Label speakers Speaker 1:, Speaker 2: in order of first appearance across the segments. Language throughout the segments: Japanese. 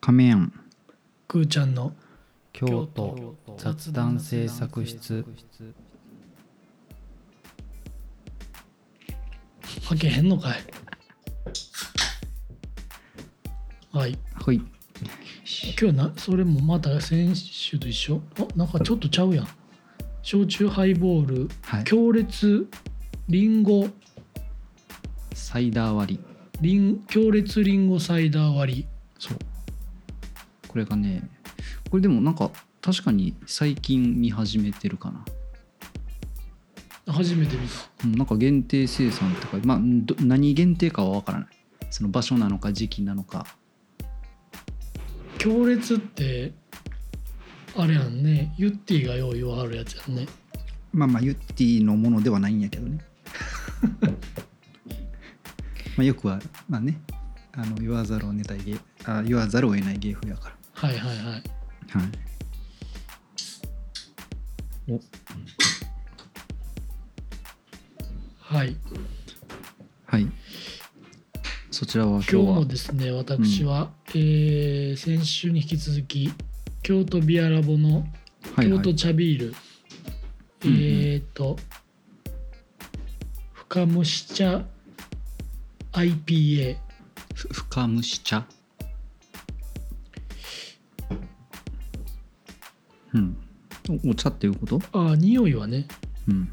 Speaker 1: 亀庵
Speaker 2: くーちゃんの
Speaker 1: 京都雑談制作室
Speaker 2: はけへんのかいはい
Speaker 1: ほい
Speaker 2: 今日なそれもまた先週と一緒あなんかちょっとちゃうやん焼酎ハイボール、
Speaker 1: はい
Speaker 2: 強烈りんご
Speaker 1: サイダー割り
Speaker 2: りん強烈りんごサイダー割り
Speaker 1: そうこれがねこれでもなんか確かに最近見始めてるかな
Speaker 2: 初めて見た
Speaker 1: うんなんか限定生産とか、まあ、ど何限定かは分からないその場所なのか時期なのか
Speaker 2: 強烈ってあれやんねユッティがよう言わはるやつやんね
Speaker 1: まあまあユッティのものではないんやけどね まあよくはまあねあの言わざるを得ない芸あ言わざるを得ない芸風やか
Speaker 2: はいはいはい
Speaker 1: らはい
Speaker 2: はい
Speaker 1: はいそちらは今日
Speaker 2: 今
Speaker 1: は
Speaker 2: 日もですね私は、えー先週に引き続き京都ビアラボの
Speaker 1: はいは
Speaker 2: 京
Speaker 1: い
Speaker 2: 都茶ビール、
Speaker 1: うんうん
Speaker 2: えっ、と深蒸し茶 IPA
Speaker 1: ふ深蒸し茶うんおお茶っていうこと
Speaker 2: あー匂いはね
Speaker 1: うん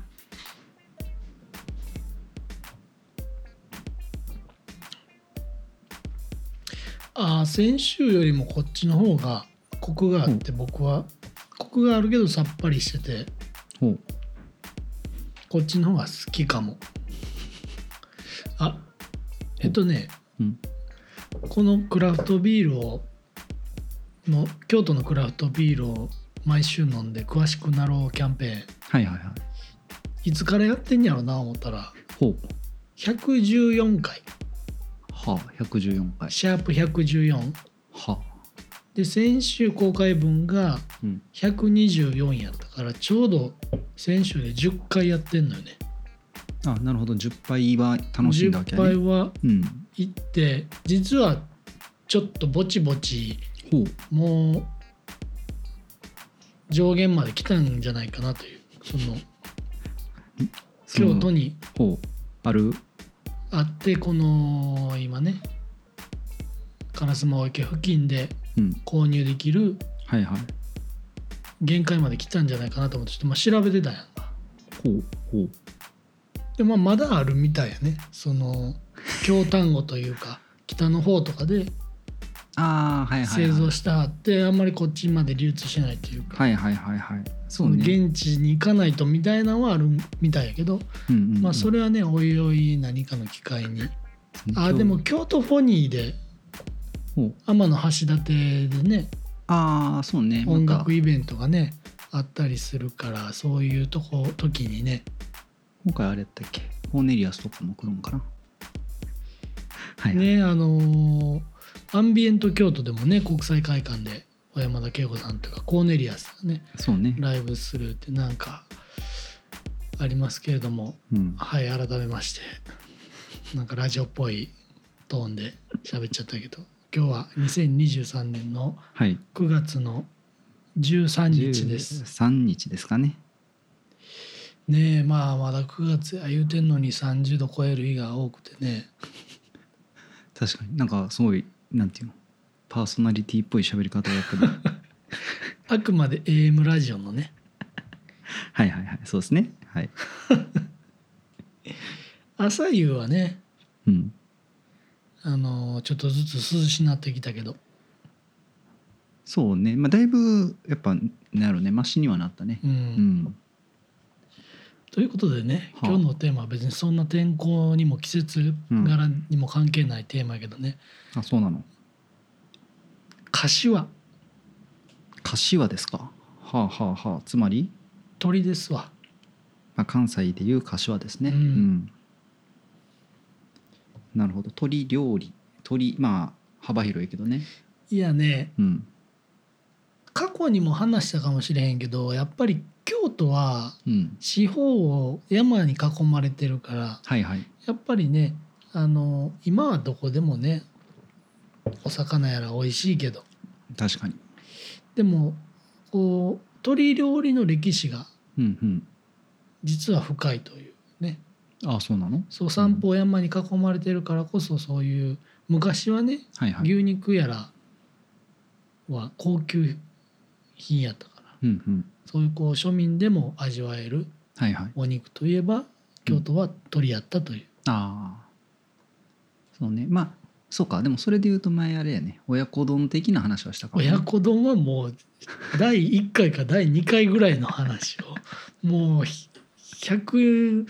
Speaker 2: あー先週よりもこっちの方がコクがあって、僕はコクがあるけどさっぱりしてて
Speaker 1: ほう
Speaker 2: こっちの方が好きかもあえっとね
Speaker 1: うん
Speaker 2: このクラフトビールをの京都のクラフトビールを毎週飲んで詳しくなろうキャンペーン
Speaker 1: はいはいはい
Speaker 2: いつからやってんやろな思ったら
Speaker 1: ほう
Speaker 2: 114回
Speaker 1: はあ114回
Speaker 2: シャープ114
Speaker 1: はあ
Speaker 2: で先週公開分が
Speaker 1: うん
Speaker 2: 124やったからちょうど先週で10回やってんのよね
Speaker 1: あなるほど10杯は楽しんだわけや
Speaker 2: 10
Speaker 1: ね
Speaker 2: 回は
Speaker 1: うん
Speaker 2: 行って実はちょっとぼちぼち
Speaker 1: ほう
Speaker 2: もう上限まで来たんじゃないかなというその
Speaker 1: その
Speaker 2: 京都に
Speaker 1: ほうある
Speaker 2: あってこの今ね烏丸池付近で
Speaker 1: うん
Speaker 2: 購入できる
Speaker 1: はいはい
Speaker 2: 限界まで来たんじゃないかなと思ってちょっとまあ調べてたんやんか
Speaker 1: ほうほう
Speaker 2: でまあまだあるみたいやねその京丹後というか北の方とかで
Speaker 1: ああはいはい
Speaker 2: 製
Speaker 1: はい
Speaker 2: 造したはってあんまりこっちまで流通しないというか、
Speaker 1: はいはいはいはいそうね
Speaker 2: 現地に行かないとみたいなのはあるみたいやけど
Speaker 1: うんうんうん
Speaker 2: まあそれはねおいおい何かの機会にあでも京都フォニーで
Speaker 1: ほう
Speaker 2: 天橋立でね
Speaker 1: ああそうね
Speaker 2: 音
Speaker 1: また
Speaker 2: 楽イベントがねあったりするからそういうとこ時にね
Speaker 1: 今回あれやったっけコーネリアスとかも来るんかなはいはい、
Speaker 2: ねあのーアンビエント京都でもね国際会館で小山田圭吾さんとかコーネリアスがね
Speaker 1: そうね、
Speaker 2: ライブするってなんかありますけれども
Speaker 1: うん、
Speaker 2: はい改めましてなんかラジオっぽいトーンで喋っちゃったけど今日は2023年の
Speaker 1: はい
Speaker 2: 9月の13日です。
Speaker 1: 3日ですかね
Speaker 2: ねえまあまだ9月や言うてんのに30度超える日が多くてね
Speaker 1: 確かになんかすごいなんていうのパーソナリティっぽい喋り方をやってる
Speaker 2: あくまで AM ラジオのね
Speaker 1: はいはいはいそうですねはい
Speaker 2: 朝夕はね
Speaker 1: うん
Speaker 2: あのーちょっとずつ涼しなってきたけど、
Speaker 1: そうねまあだいぶやっぱなんやろねマシにはなったね
Speaker 2: うん
Speaker 1: うん
Speaker 2: ということでね
Speaker 1: はあ
Speaker 2: 今日のテーマは別にそんな天候にも季節柄にも関係ないテーマやけどね、
Speaker 1: あそうなの
Speaker 2: 柏
Speaker 1: 柏ですかはあはあはあつまり、
Speaker 2: 鳥ですわ
Speaker 1: まあ、関西でいう柏ですね
Speaker 2: うん
Speaker 1: うんなるほど鳥料理鳥まあ幅広いけどね
Speaker 2: いやね
Speaker 1: うん
Speaker 2: 過去にも話したかもしれへんけどやっぱり京都は
Speaker 1: うん
Speaker 2: 四方を山に囲まれてるから
Speaker 1: はいはい
Speaker 2: やっぱりねあの今はどこでもねお魚やら美味しいけど
Speaker 1: 確かに
Speaker 2: でもこう鶏料理の歴史が
Speaker 1: うん
Speaker 2: 実は深いというね
Speaker 1: うんあそうなの
Speaker 2: そう三方山に囲まれてるからこそそういう昔はね
Speaker 1: はいはい
Speaker 2: 牛肉やらは高級品やったから
Speaker 1: うんうん
Speaker 2: そういうこう庶民でも味わえる
Speaker 1: はいはい
Speaker 2: お肉といえば京都は鳥やったという、
Speaker 1: ああそうねまあそうかでもそれで言うと前あれやね親子丼的な話はしたから、ね、
Speaker 2: 親子丼はもう第1回か第2回ぐらいの話をもうひ100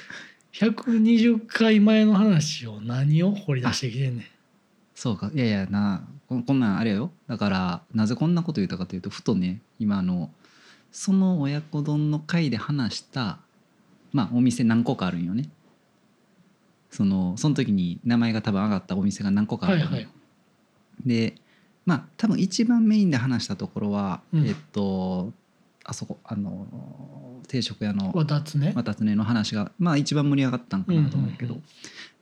Speaker 2: 120回前の話を何を掘り出してきてんねん。
Speaker 1: そうかいやいやなここんなんあれよだからなぜこんなこと言ったかというとふとね今あのその親子丼の回で話したまあお店何個かあるんよねそのその時に名前が多分上がったお店が何個かあ
Speaker 2: は
Speaker 1: るん
Speaker 2: い
Speaker 1: よ
Speaker 2: はい。
Speaker 1: でまあ多分一番メインで話したところは、
Speaker 2: うん
Speaker 1: えっとあそこあの定食屋の
Speaker 2: わたつね。
Speaker 1: 渡ねの話がまあ一番盛り上がったんかなと思うけど、
Speaker 2: うんうん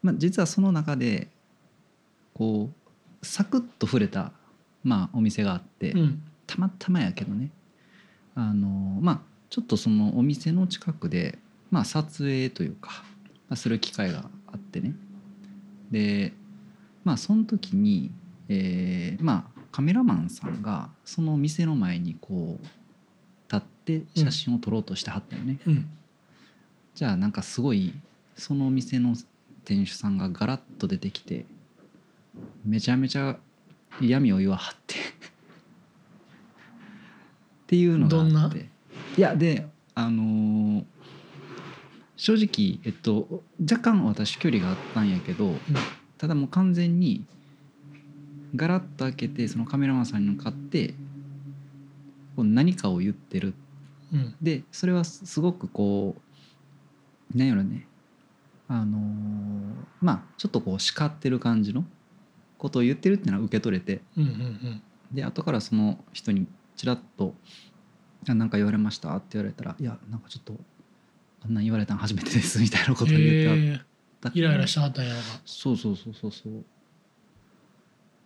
Speaker 1: まあ、実はその中でこうサクッと触れた、まあ、お店があって、
Speaker 2: うん。
Speaker 1: たまたまやけどねあのまあちょっとそのお店の近くで、まあ、撮影というか、まあ、する機会があってねでまあその時に、えーまあカメラマンさんがその店の前にこう立って写真を撮ろうとしてはったよね。
Speaker 2: うん。
Speaker 1: じゃあなんかすごいそのお店の店主さんがガラッと出てきてめちゃめちゃ嫌味を言わはってっていうのがあって
Speaker 2: どんない
Speaker 1: やであのー正直、えっと、若干私距離があったんやけど、ただもう完全にガラッと開けてそのカメラマンさんに向かってこう何かを言ってる
Speaker 2: うん。
Speaker 1: でそれはすすごくこうなんやろねあのーまあちょっとこう叱ってる感じのことを言ってるっていうのは受け取れて
Speaker 2: うん。うん。
Speaker 1: で後からその人にちらっと「あなんか言われました?」って言われたら「いやなんかちょっとあんなん言われたの初めてです」みたいなこ
Speaker 2: うん。
Speaker 1: とを言ってあっ
Speaker 2: へえ。
Speaker 1: た
Speaker 2: イライラしたはったんやろが。
Speaker 1: そうそうそうそうそうっ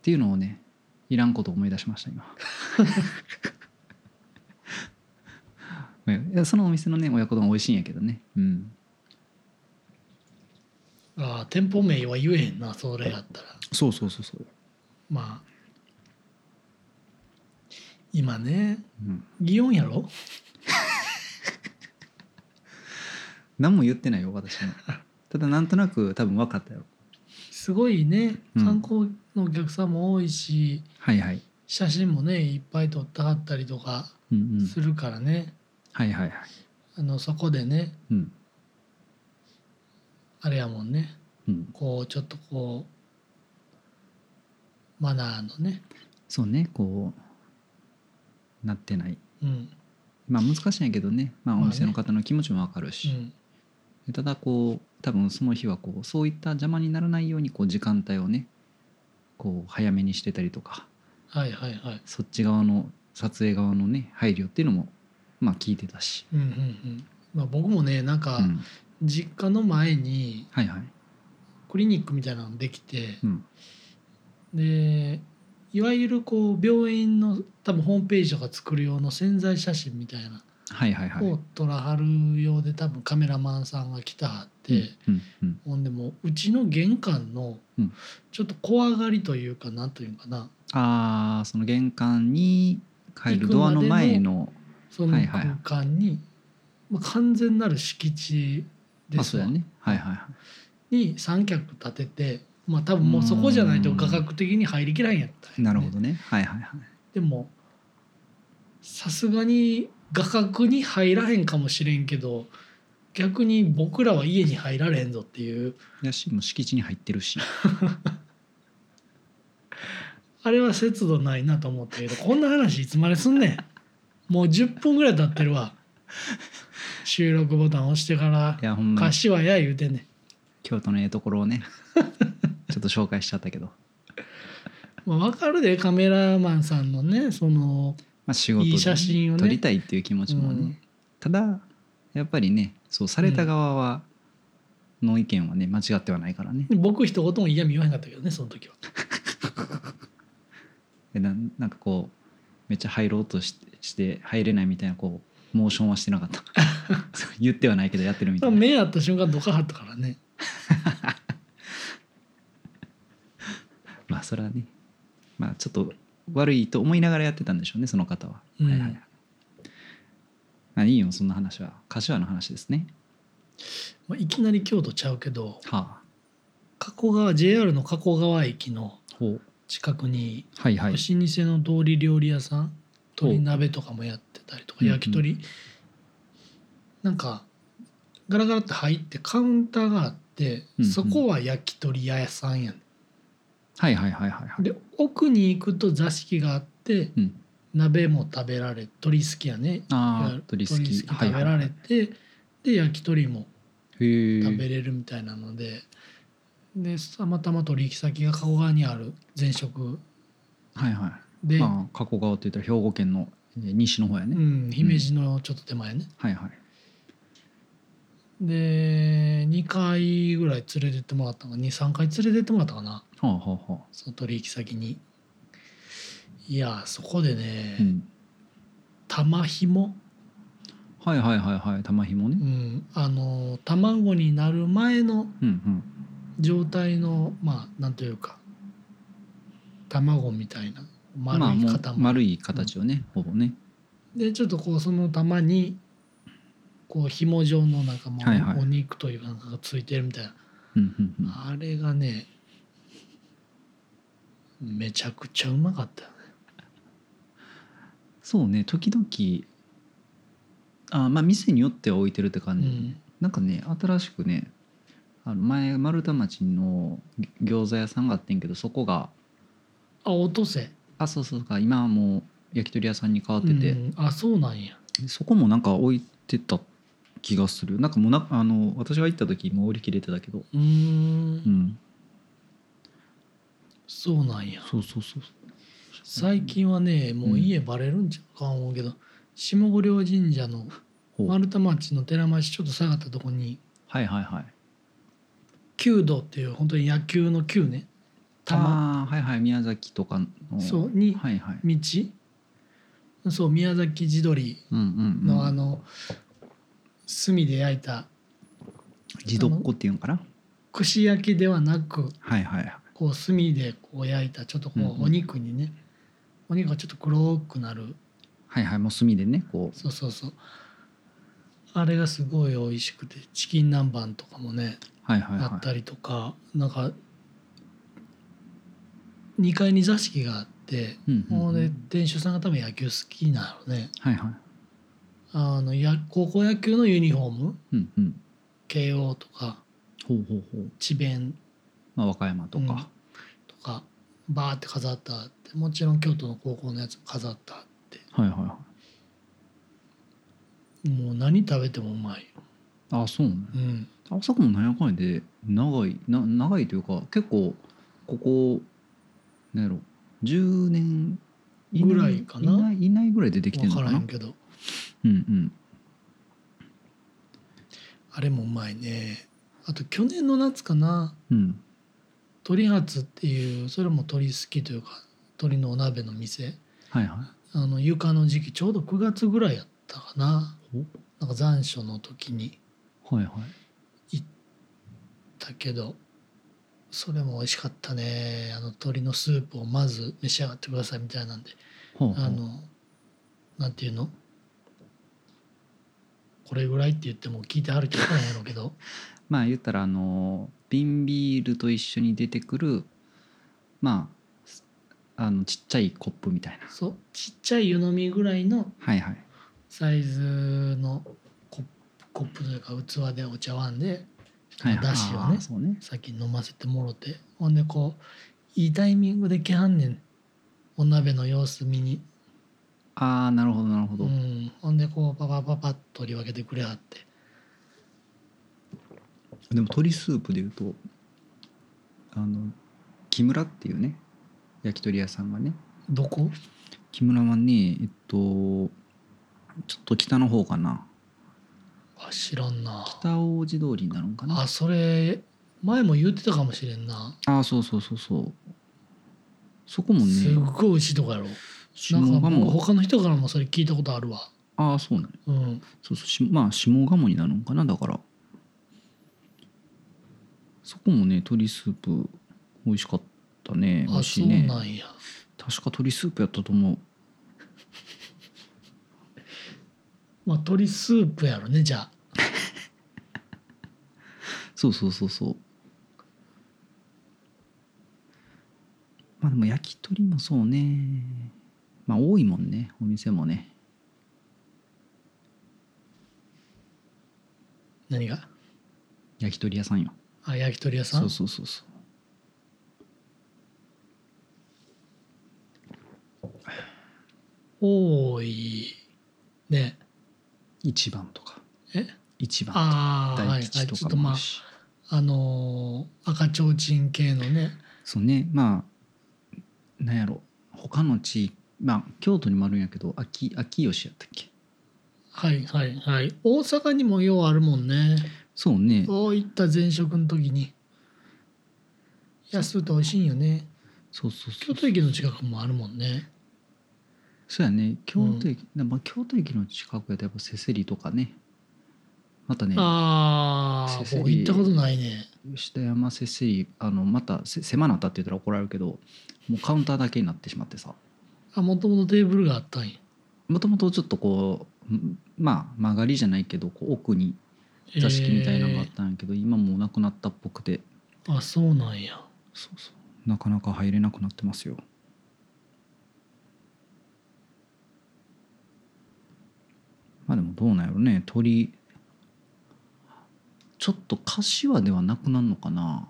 Speaker 1: ていうのをねいらんことを思い出しました今 ねいやそのお店のね親子丼美味しいんやけどねうん
Speaker 2: ああ、店舗名は言えへんな、それやったら。
Speaker 1: そうそうそうそう、
Speaker 2: まあ。今ね、
Speaker 1: うん、
Speaker 2: 祇園やろ
Speaker 1: 何も言ってないよ私もただなんとなく多分分かったよ
Speaker 2: すごいね、
Speaker 1: うん
Speaker 2: 観光のお客さんも多いし、
Speaker 1: はいはい
Speaker 2: 写真もね、いっぱい撮ってはったりとか
Speaker 1: うんうん
Speaker 2: するからね。
Speaker 1: はいはいはい
Speaker 2: あの、そこでね、
Speaker 1: うん
Speaker 2: あれやもんね、
Speaker 1: うん
Speaker 2: こう、ちょっとこう、マナーのね、
Speaker 1: そうねこうなってない
Speaker 2: うん、
Speaker 1: まあ難しいんやけどね、まあ、お店の
Speaker 2: まあね
Speaker 1: 方の気持ちも分かるし、
Speaker 2: うん、
Speaker 1: でただこう多分その日はこうそういった邪魔にならないようにこう時間帯をねこう早めにしてたりとか
Speaker 2: はいはいはい。
Speaker 1: そっち側の撮影側のね配慮っていうのもまあ聞いてたし、
Speaker 2: うんうんうんまあ、僕もねなん
Speaker 1: う
Speaker 2: か
Speaker 1: ん、
Speaker 2: 実家の前に
Speaker 1: はいはい、
Speaker 2: クリニックみたいなのできて
Speaker 1: うん、
Speaker 2: でいわゆるこう病院の多分ホームページとか作る用の宣材写真みたいな
Speaker 1: はいはいはい
Speaker 2: を撮らはる用で多分カメラマンさんが来たはって、
Speaker 1: うんうん
Speaker 2: ほんでもううちの玄関の
Speaker 1: うん
Speaker 2: ちょっと怖がりというかなんというかな
Speaker 1: ああその玄関に入るドアの前の
Speaker 2: その
Speaker 1: はいはいはい
Speaker 2: 空間に、まあ、完全なる敷地で
Speaker 1: あ
Speaker 2: す
Speaker 1: そう
Speaker 2: わ
Speaker 1: やねはいはいはい
Speaker 2: に三脚立ててまあ多分もうそこじゃないと画角的に入りきらんやったんやね、
Speaker 1: なるほどねはいはいはい
Speaker 2: でもさすがに画角に入らへんかもしれんけど逆に僕らは家に入られへんぞっていう
Speaker 1: やしもう敷地に入ってるし
Speaker 2: あれは節度ないなと思ったけどこんな話いつまですんねんもう10分ぐらい経ってるわ収録ボタン押してから
Speaker 1: いやほ
Speaker 2: 「
Speaker 1: んまに
Speaker 2: 柏や」言うてんねん
Speaker 1: 京都のええところ をねちょっと紹介しちゃったけど、
Speaker 2: まあ、わかるでカメラマンさんのねその
Speaker 1: まあ、仕事で
Speaker 2: いい写真をね
Speaker 1: 撮りたいっていう気持ちもね、
Speaker 2: うん
Speaker 1: ただやっぱりねそうされた側は、の意見はね間違ってはないからね
Speaker 2: 僕一言も嫌み言わへんかったけどねその時は。
Speaker 1: でななんかこうめっちゃ入ろうとしてして入れないみたいなこうモーションはしてな かったそう言ってはないけどやってるみたいな
Speaker 2: 目合った瞬間どかはったからね
Speaker 1: まあそれはねまあちょっと悪いと思いながらやってたんでしょうねその方は、
Speaker 2: うん
Speaker 1: はいはいはいまあいいよそんな話は柏の話ですね
Speaker 2: まあ、いきなり京都ちゃうけど
Speaker 1: は
Speaker 2: 加古川 JR の加古川駅の
Speaker 1: あほう
Speaker 2: 近くに
Speaker 1: はいは
Speaker 2: 老舗
Speaker 1: い
Speaker 2: の通り料理屋さん、鶏鍋とかもやってたりとか
Speaker 1: うん
Speaker 2: 焼き鳥、なんかガラガラって入ってカウンターがあって、
Speaker 1: うんうん
Speaker 2: そこは焼き鳥屋さんやね
Speaker 1: はいはいはいはいは
Speaker 2: ん
Speaker 1: い
Speaker 2: で奥に行くと座敷があって
Speaker 1: うん
Speaker 2: 鍋も食べられ鶏好きやね
Speaker 1: ああ鳥
Speaker 2: 鳥
Speaker 1: 好
Speaker 2: 好き
Speaker 1: き
Speaker 2: 食べられて、で焼き鳥も食べ
Speaker 1: へえ
Speaker 2: れるみたいなので、でたまたま取引先が加古川にある前職
Speaker 1: はいは
Speaker 2: で、
Speaker 1: いまあ加古川って言ったら兵庫県のえー西の方やね、
Speaker 2: うん、姫路のちょっと手前ね、
Speaker 1: はいはい
Speaker 2: で2回ぐらい連れてってもらったのか23回連れてってもらったかな
Speaker 1: はあはあはあ
Speaker 2: その取引先にいやそこでね、
Speaker 1: うん
Speaker 2: 玉ひも、
Speaker 1: はいはいはいはい玉ひも
Speaker 2: う
Speaker 1: ね
Speaker 2: ん、あの卵になる前の
Speaker 1: うんうん
Speaker 2: 状態のまあなんというか卵みたいな丸
Speaker 1: まあ
Speaker 2: い
Speaker 1: もう
Speaker 2: 塊、
Speaker 1: 丸い形をね、ほぼね
Speaker 2: でちょっとこうその玉にこう紐状のなんかもう
Speaker 1: はいはい
Speaker 2: お肉というかなんかがついてるみたいな、
Speaker 1: うんうんうん
Speaker 2: あれがねめちゃくちゃうまかったよね
Speaker 1: そうね時々あまあ店によっては置いてるって感じ、
Speaker 2: うん
Speaker 1: なんかね新しくねあの前丸太町のぎ餃子屋さんがあってんけどそこが
Speaker 2: あ落とせ
Speaker 1: あそうそうか今はもう焼き鳥屋さんに変わって
Speaker 2: う
Speaker 1: て、
Speaker 2: んあそうなんや
Speaker 1: そこもなんか置いてた気がするなんかもうなあの私が行った時もう売り切れてたけど
Speaker 2: うーん
Speaker 1: うん
Speaker 2: そうなんや
Speaker 1: そうそうそう
Speaker 2: 最近はねもう家バレるんちゃうか思うけど、下五稜神社の
Speaker 1: ほう
Speaker 2: 丸太町の寺町ちょっと下がったとこに
Speaker 1: はいはいはい
Speaker 2: 弓道っていう本当に野球の球ね玉
Speaker 1: あーはいはい宮崎とかの
Speaker 2: そうに
Speaker 1: はいはい
Speaker 2: 道そう宮崎地鶏
Speaker 1: うんうん、うん、
Speaker 2: のあの炭で焼いた
Speaker 1: 地どっこっていうんかな
Speaker 2: 串焼きではなく
Speaker 1: はいはいはい
Speaker 2: こう炭でこう焼いたちょっとこ
Speaker 1: うんうん
Speaker 2: うお肉にねお肉がちょっと黒くなる
Speaker 1: はいはいもう炭でねこう
Speaker 2: そうそうそうあれがすごい美味しくてチキン南蛮とかもね
Speaker 1: はいはい
Speaker 2: あ
Speaker 1: は
Speaker 2: ったりとかなんか2階に座敷があって
Speaker 1: いうんうん
Speaker 2: もう
Speaker 1: う
Speaker 2: ね
Speaker 1: ん
Speaker 2: 店主さんが多分野球好きなのね
Speaker 1: はいはい
Speaker 2: あのや高校野球のユニフォーム
Speaker 1: うんうん
Speaker 2: 慶応とか
Speaker 1: ほうほうほう
Speaker 2: 智弁
Speaker 1: まあ和歌山とか
Speaker 2: とかバーって飾ってあってもちろん京都の高校のやつも飾ってあっ
Speaker 1: はいはいはい
Speaker 2: てもう何食べてもうまいよ、
Speaker 1: あそうね
Speaker 2: うん、
Speaker 1: あそこもなんやかんやで長いな長いというか結構ここなんやろ10年いな
Speaker 2: ぐらいかない
Speaker 1: ないいないぐらいでできて
Speaker 2: 分
Speaker 1: るのから
Speaker 2: か
Speaker 1: な
Speaker 2: へんけど
Speaker 1: うんうん
Speaker 2: あれもうまいねあと去年の夏かな
Speaker 1: うん
Speaker 2: 鳥初っていうそれも鳥好きというか鳥のお鍋の店
Speaker 1: はいはい
Speaker 2: あの床の時期ちょうど9月ぐらいやったかな
Speaker 1: ほ
Speaker 2: なんか残暑の時に
Speaker 1: はいはい
Speaker 2: だけどそれも美味しかったねあの鶏のスープをまず召し上がってくださいみたいなんで
Speaker 1: ほうほう
Speaker 2: あのなんていうのこれぐらいって言っても聞いてはる気がないやろうけど
Speaker 1: まあ言ったらあの瓶ビールと一緒に出てくるまああのちっちゃいコップみたいな
Speaker 2: そうちっちゃい湯飲みぐらいの
Speaker 1: はいはい
Speaker 2: サイズのコップコップというか器でお茶碗で
Speaker 1: はいはい
Speaker 2: だしをね
Speaker 1: あーそうね
Speaker 2: 先に飲ませてもろてほんでこういいタイミングで来はんねんお鍋の様子見に、
Speaker 1: ああなるほどなるほ
Speaker 2: う
Speaker 1: ど、
Speaker 2: ん、ほんでこうパパパパッと取り分けてくれはって
Speaker 1: でも鶏スープでいうとあの木村っていうね焼き鳥屋さんがね
Speaker 2: どこ
Speaker 1: 木村はねえっとちょっと北の方かな
Speaker 2: あ知らんな
Speaker 1: 北大路通りになるんかな
Speaker 2: あそれ前も言ってたかもしれんな
Speaker 1: ああそうそうそうそうそこもね
Speaker 2: すっごい美味しいとこやろ
Speaker 1: 下
Speaker 2: なんかもう
Speaker 1: 鴨
Speaker 2: 他の人からもそれ聞いたことあるわ。
Speaker 1: ああそうなの
Speaker 2: うん。
Speaker 1: そうそうしまあ下鴨になるのかなだからそこもね鶏スープ美味しかったね美
Speaker 2: あ、
Speaker 1: 味し
Speaker 2: そ
Speaker 1: いうね
Speaker 2: なんや。
Speaker 1: 確か鶏スープやったと思う
Speaker 2: まあ鶏スープやろね、じゃあ。
Speaker 1: そうそうそうそうまあでも焼き鳥もそうねまあ多いもんねお店もね
Speaker 2: 何が
Speaker 1: 焼き鳥屋さんよ
Speaker 2: あ、焼き鳥屋さ
Speaker 1: そ
Speaker 2: ん
Speaker 1: う。そうそうそう
Speaker 2: 多い。ね。
Speaker 1: 一番とか
Speaker 2: え
Speaker 1: 一番
Speaker 2: ああ、は
Speaker 1: 大
Speaker 2: い、はい。
Speaker 1: 吉
Speaker 2: ち
Speaker 1: と
Speaker 2: ょっ
Speaker 1: か
Speaker 2: と
Speaker 1: もあ
Speaker 2: まあ
Speaker 1: る、し、
Speaker 2: あのー赤ちょうちん系のね。
Speaker 1: そうねまあなんやろ他の地域まあ京都にもあるんやけど秋秋吉やったっけ
Speaker 2: はいはいはい。大阪にもようあるもんね。
Speaker 1: そうね
Speaker 2: そういった前職の時に。安くて美味しいんよね。
Speaker 1: そうそうそ
Speaker 2: 京
Speaker 1: う
Speaker 2: 都駅の近くもあるもんね。
Speaker 1: そうやね京都駅、まあ、京都駅の近くやとやっぱせせりとかねまたね
Speaker 2: あ
Speaker 1: せ
Speaker 2: あ、
Speaker 1: せり
Speaker 2: 僕行ったことないね。
Speaker 1: 吉田山せせりあのまたせ狭なったって言ったら怒られるけどもうカウンターだけになってしまってさ
Speaker 2: あ、もともとテーブルがあったんや。
Speaker 1: もともとちょっとこうんまあ曲がりじゃないけどこう奥に座敷みたいなのがあったんやけど、今もうなくなったっぽくて
Speaker 2: えーあ、そうなんや。
Speaker 1: そうそうなかなか入れなくなってますよまあでもどうなんやろね鳥ちょっと柏ではなくなるのかな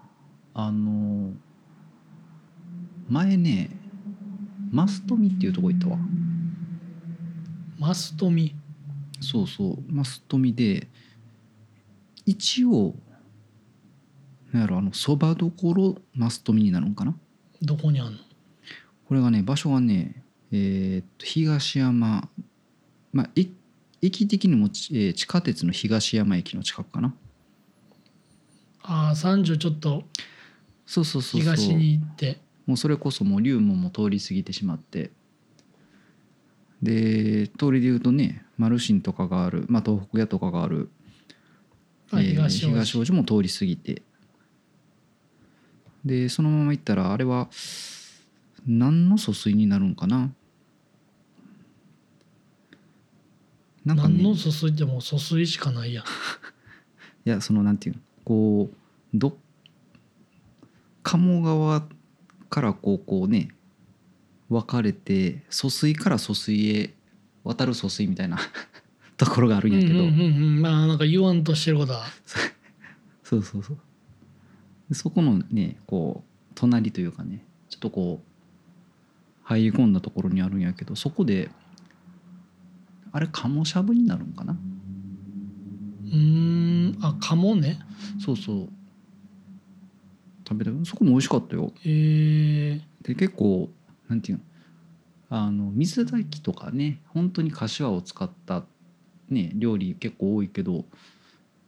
Speaker 1: あの前ねマストミっていうとこ行ったわ
Speaker 2: マストミ。
Speaker 1: そうそうマストミで一応なんやろあのそばどころマストミになるんかな
Speaker 2: どこにあんの
Speaker 1: これがね場所がねえーっと東山まあ駅駅的にもち、えー地下鉄の東山駅の近くかな
Speaker 2: ああ、三条ちょっと
Speaker 1: そうそうそうそう
Speaker 2: 東に行って。
Speaker 1: もうそれこそもう龍門も通り過ぎてしまってで通りで言うとねマルシンとかがある、まあ、東北屋とかがある
Speaker 2: あ、
Speaker 1: えー
Speaker 2: 東大
Speaker 1: 東
Speaker 2: 路
Speaker 1: 大路も通り過ぎてでそのまま行ったらあれは何の疎水になるんかななんか
Speaker 2: 何
Speaker 1: ね
Speaker 2: の
Speaker 1: い
Speaker 2: 注いでも注いしかないやん。
Speaker 1: やそのなんていうのこうど鴨川からこうこうね分かれて疎水から疎水へ渡る疎水みたいな ところがあるんやけど、
Speaker 2: うんうんうんうん、まあなんか言わんとしてることは
Speaker 1: そうそうそうでそこのねこう隣というかねちょっとこう入り込んだところにあるんやけどそこであれ鴨しゃぶになるんかな
Speaker 2: うーんあかもね
Speaker 1: そうそう食べたそこも美味しかったよ
Speaker 2: えー、
Speaker 1: で結構なんていうのあの水炊きとかね本当に柏を使ったね料理結構多いけど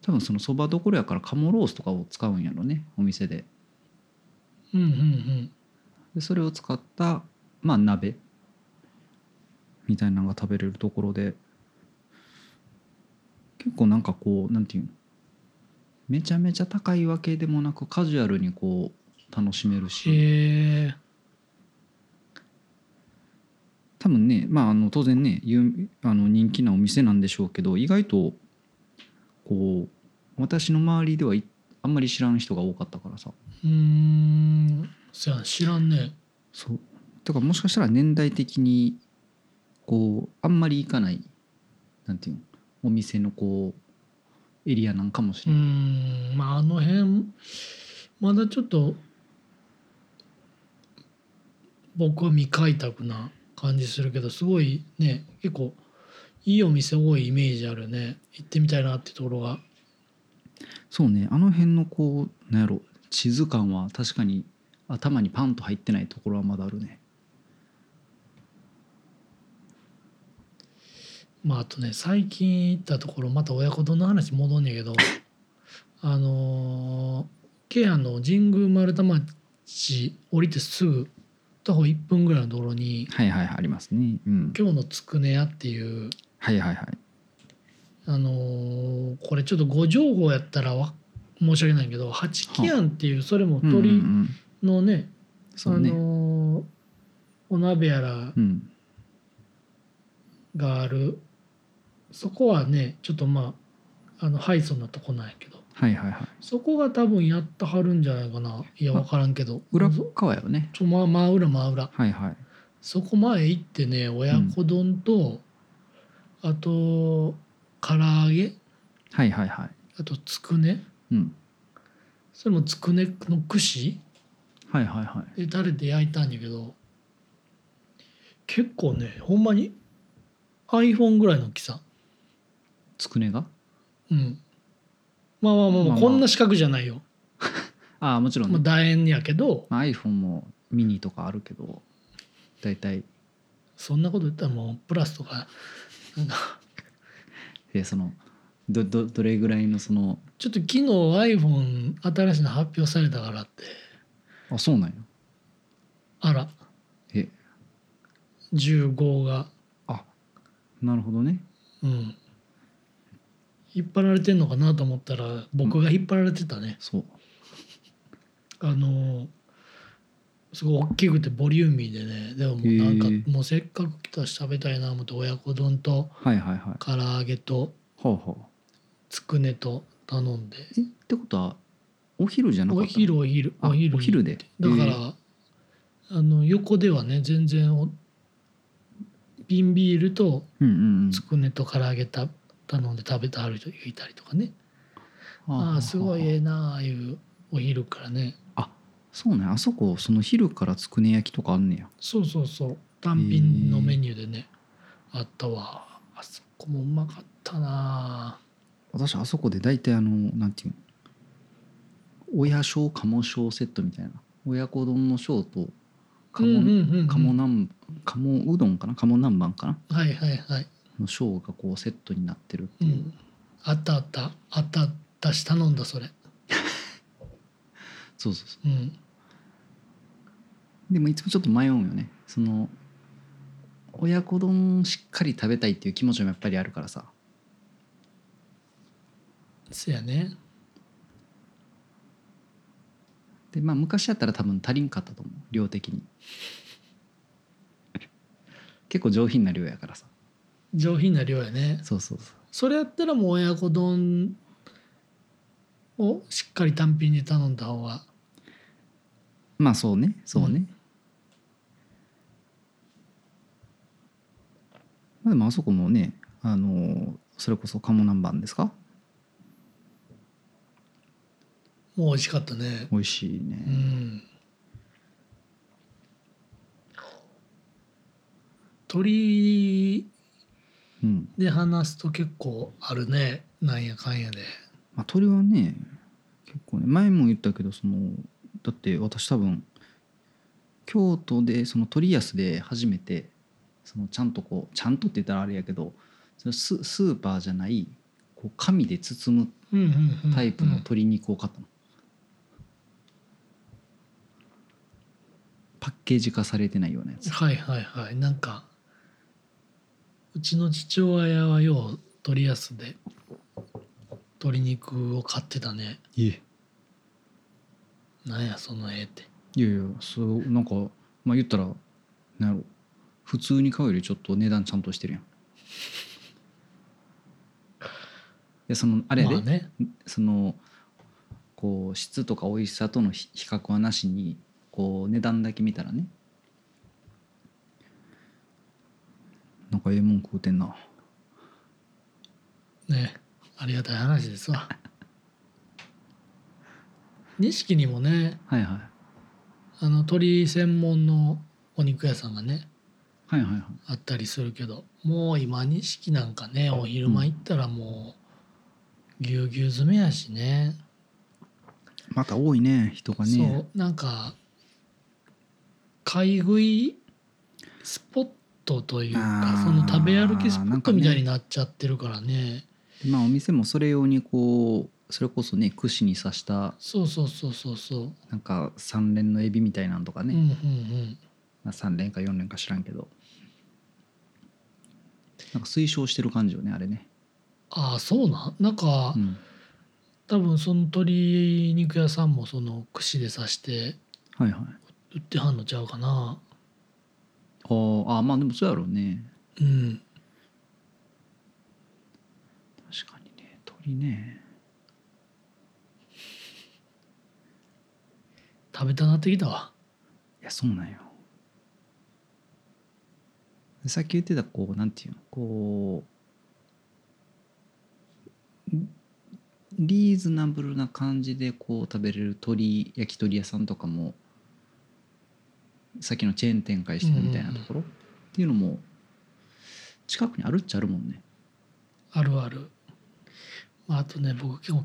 Speaker 1: 多分そのそばどころやから鴨ロースとかを使うんやろねお店で
Speaker 2: うんうんうん
Speaker 1: でそれを使った、まあ、鍋みたいなのが食べれるところで結構なんかこうなんていうのめちゃめちゃ高いわけでもなくカジュアルにこう楽しめるし
Speaker 2: えー、
Speaker 1: 多分ね、まあ、あの当然ね有あの人気なお店なんでしょうけど意外とこう私の周りではいあんまり知らん人が多かったからさ
Speaker 2: うーんそや知らんね
Speaker 1: そうだからもしかしたら年代的にこうあんまり行かないなんていうのお店のこうエリアなんかもし
Speaker 2: うー
Speaker 1: れない、
Speaker 2: んまああの辺まだちょっと僕は未開拓な感じするけどすごいね結構いいお店多いイメージあるよね行ってみたいなってところが
Speaker 1: そうねあの辺のこうなんやろ地図感は確かに頭にパンと入ってないところはまだあるね
Speaker 2: まああとね最近行ったところまた親子丼の話戻んねんけ どあのー京阪の神宮丸太町降りてすぐ徒歩1分ぐらいのところに
Speaker 1: はいはいはいありますね。うん。
Speaker 2: 今日のつくね屋っていう
Speaker 1: はいはいはい。
Speaker 2: あのーこれちょっとご情報やったらわ申し訳ないけど八木庵っていうそれも
Speaker 1: うんうんう
Speaker 2: 鳥
Speaker 1: ん
Speaker 2: のね、
Speaker 1: そう
Speaker 2: あ
Speaker 1: ね。
Speaker 2: のーお鍋やら
Speaker 1: うん。
Speaker 2: があるそこはねちょっとまああのハイソなとこなんやけど
Speaker 1: はいはいはい。
Speaker 2: そこが多分やったはるんじゃないかないや
Speaker 1: ま
Speaker 2: 分からんけど
Speaker 1: 裏
Speaker 2: そ
Speaker 1: 側よね。
Speaker 2: そうまあ真裏真裏
Speaker 1: はいはい。
Speaker 2: そこ前行ってね親子丼と、あと唐揚げ
Speaker 1: はいはいはい。
Speaker 2: あとつくね
Speaker 1: うん。
Speaker 2: それもつくねの串
Speaker 1: はいはいはい。
Speaker 2: でタレで焼いたんやけど結構ねほんまに iPhone ぐらいの大きさ
Speaker 1: つくねが
Speaker 2: うんまあまあま
Speaker 1: ま
Speaker 2: あま
Speaker 1: あまあ
Speaker 2: あこんな四角じゃないよ、
Speaker 1: ああもちろん、
Speaker 2: まあ、
Speaker 1: ね
Speaker 2: 楕円やけど
Speaker 1: まあ、iPhone もミニとかあるけどだいたい
Speaker 2: そんなこと言ったらもうプラスとかなんか
Speaker 1: えーそのどどどれぐらいのその
Speaker 2: ちょっと昨日 iPhone 新しいの発表されたからって
Speaker 1: あそうなんや
Speaker 2: あら
Speaker 1: え
Speaker 2: 15が
Speaker 1: あなるほどね
Speaker 2: うん引っ張られてんのかなと思ったら僕が引っ張られてたね、
Speaker 1: そう
Speaker 2: あのすごい大きくてボリューミーでねでももうなんか
Speaker 1: へえ
Speaker 2: もうせっかく来たし食べたいな思って親子丼と
Speaker 1: はいはいはい
Speaker 2: 唐揚げと
Speaker 1: ほうほ
Speaker 2: つくねと頼んで
Speaker 1: うえってことはお昼じゃなかっ
Speaker 2: お
Speaker 1: た
Speaker 2: 昼お昼
Speaker 1: あ
Speaker 2: お昼に
Speaker 1: お昼で
Speaker 2: だから、
Speaker 1: えー
Speaker 2: あの横ではね全然お瓶ビールと
Speaker 1: うんうんうん
Speaker 2: つくねと唐揚げた頼んで食べたある人がいたりとかね
Speaker 1: は
Speaker 2: ああすごい
Speaker 1: は
Speaker 2: え
Speaker 1: は
Speaker 2: えなああいうお昼からね
Speaker 1: あそうなんやあそこその昼からつくね焼きとかあんねや
Speaker 2: そうそうそう単品のメニューでねあったわあそこもうまかったな
Speaker 1: 私あそこで大体あのなんていうの親小鴨小セットみたいな親子丼の小と
Speaker 2: あ
Speaker 1: 鴨の
Speaker 2: うんうん
Speaker 1: 鴨なん鴨うどんかな鴨南蛮かな
Speaker 2: はいはいはい、
Speaker 1: のショーがこうセットになってるって
Speaker 2: う
Speaker 1: いう、
Speaker 2: ん、あったあったあったあったし頼んだそれ
Speaker 1: そうそうそ
Speaker 2: うん
Speaker 1: うでもいつもちょっと迷うんよねその親子丼しっかり食べたいっていう気持ちもやっぱりあるからさ
Speaker 2: そやね
Speaker 1: でまあ昔やったら多分足りんかったと思う量的に 結構上品な量やからさ
Speaker 2: 上品な量やね
Speaker 1: そうそうそう
Speaker 2: それやったらもう親子丼をしっかり単品で頼んだ方が
Speaker 1: まあそうねそうね、まあ、でもあそこもねあのそれこそ鴨南蛮ですか
Speaker 2: もう美味しかったね
Speaker 1: 美味しいね、
Speaker 2: うん鳥
Speaker 1: うん
Speaker 2: で話すと結構あるねなんやかんやで
Speaker 1: まあ、鳥はね結構ね前も言ったけどそのだって私多分京都でその鳥安で初めてそのちゃんとこうちゃんとって言ったらあれやけどそのススーパーじゃないこう紙で包む
Speaker 2: うんうんうん
Speaker 1: タイプの鶏肉を買ったの、パッケージ化されてないようなやつ
Speaker 2: はいはいはいなんかうちの父親はよう取りやすで鶏肉を買ってたね
Speaker 1: いえ
Speaker 2: なんやその絵って
Speaker 1: いやいやそうなんかまあ言ったらなんやろ普通に買うよりちょっと値段ちゃんとしてるやん。いやそのあれやで、
Speaker 2: まあね
Speaker 1: そのこう質とか美味しさとの比比較はなしにこう値段だけ見たらねなんかええもん食うてんな
Speaker 2: ねありがたい話ですわ錦にもね
Speaker 1: はいはい
Speaker 2: あの鳥専門のお肉屋さんがね
Speaker 1: はいはいはい
Speaker 2: あったりするけどもう今錦なんかねお昼間行ったらもうぎゅうぎゅう詰めやしね
Speaker 1: また多いね人が
Speaker 2: そ
Speaker 1: ね
Speaker 2: うなんか買い食いスポットというか
Speaker 1: あー
Speaker 2: その食べ歩きスポットみたいになっちゃってるからね
Speaker 1: でまあお店もそれ用にこうそれこそね串に刺した
Speaker 2: そうそうそうそうそう、
Speaker 1: なんか三連のエビみたいなんとか
Speaker 2: うんう
Speaker 1: ね、
Speaker 2: んうん
Speaker 1: まあ、3連か4連か知らんけどなんか推奨してる感じよねあれね、
Speaker 2: ああそうなんなんか、
Speaker 1: うん、
Speaker 2: 多分その鶏肉屋さんもその串で刺して
Speaker 1: はいはい
Speaker 2: 売ってはんのちゃうかな
Speaker 1: あーあーまあでもそうやろうね
Speaker 2: うん
Speaker 1: 確かにね鳥ね
Speaker 2: 食べたなってきたわ
Speaker 1: いやそうなんよでさっき言ってたこうなんていうのこうんリーズナブルな感じでこう食べれる鳥焼き鳥屋さんとかもさっきのチェーン展開してるみたいなところ、っていうのも近くにあるっちゃあるもんね
Speaker 2: あるある、まあ、あとね僕今日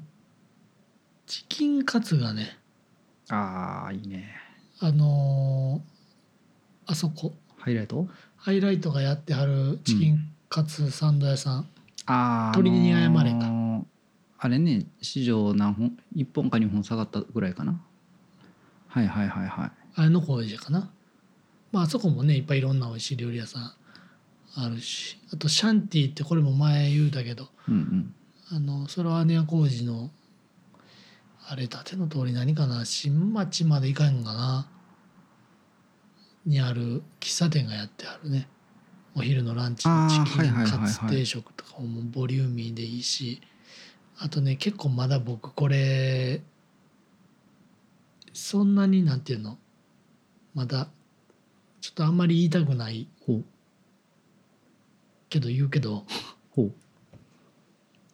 Speaker 2: チキンカツがね
Speaker 1: ああいいね
Speaker 2: あのーあそこ
Speaker 1: ハイライト
Speaker 2: ハイライトがやってはるチキンカツサンド屋さん、
Speaker 1: ああ
Speaker 2: 鳥に謝れか
Speaker 1: かあれね市場何本1本か2本下がったぐらいかなはいはいはいはい
Speaker 2: あれの子美味しいかなまああそこもねいっぱいいろんな美味しい料理屋さんあるしあとシャンティってこれも前言うたけど
Speaker 1: うんうん
Speaker 2: あのそれは姉小路のあれ建ての通り何かな新町まで行かんかなにある喫茶店がやってあるねお昼のランチ
Speaker 1: あ
Speaker 2: の
Speaker 1: ー
Speaker 2: チキ
Speaker 1: はい
Speaker 2: ン
Speaker 1: はいはい
Speaker 2: カ
Speaker 1: はい
Speaker 2: ツ定食とかもボリューミーでいいしあとね結構まだ僕これそんなになんていうのまだちょっとあんまり言いたくない
Speaker 1: ほう
Speaker 2: けど言うけど
Speaker 1: ほう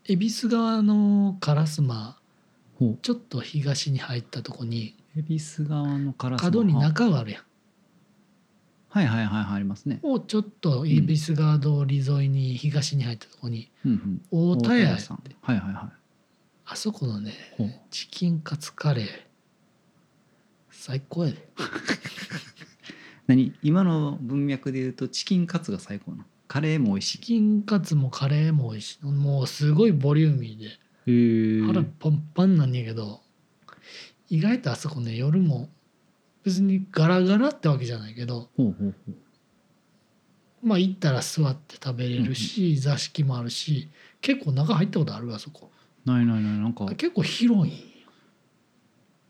Speaker 2: 恵比寿側の烏丸
Speaker 1: ほう
Speaker 2: ちょっと東に入ったとこに
Speaker 1: 恵比寿側のカラスの
Speaker 2: 角に中があるやん
Speaker 1: はいはいはいはいありますね
Speaker 2: をちょっと恵比寿川通り沿いに東に入ったとこに
Speaker 1: うんうん
Speaker 2: 大田屋
Speaker 1: さんはいはいは
Speaker 2: あそこのね
Speaker 1: いほう
Speaker 2: チキンカツカレー最高やで
Speaker 1: 何今の文脈で言うとチキンカツが最高なのカレーも美味し
Speaker 2: チキンカツもカレーも美味しいもうすごいボリューミーで
Speaker 1: いへ
Speaker 2: 腹パンパンなんやけど意外とあそこね夜も別にガラガラってわけじゃないけど
Speaker 1: ほうほうほう
Speaker 2: まあ行ったら座って食べれるし、座敷もあるし結構中入ったことあるあそこ
Speaker 1: ないないないなんか
Speaker 2: 結構広いんよ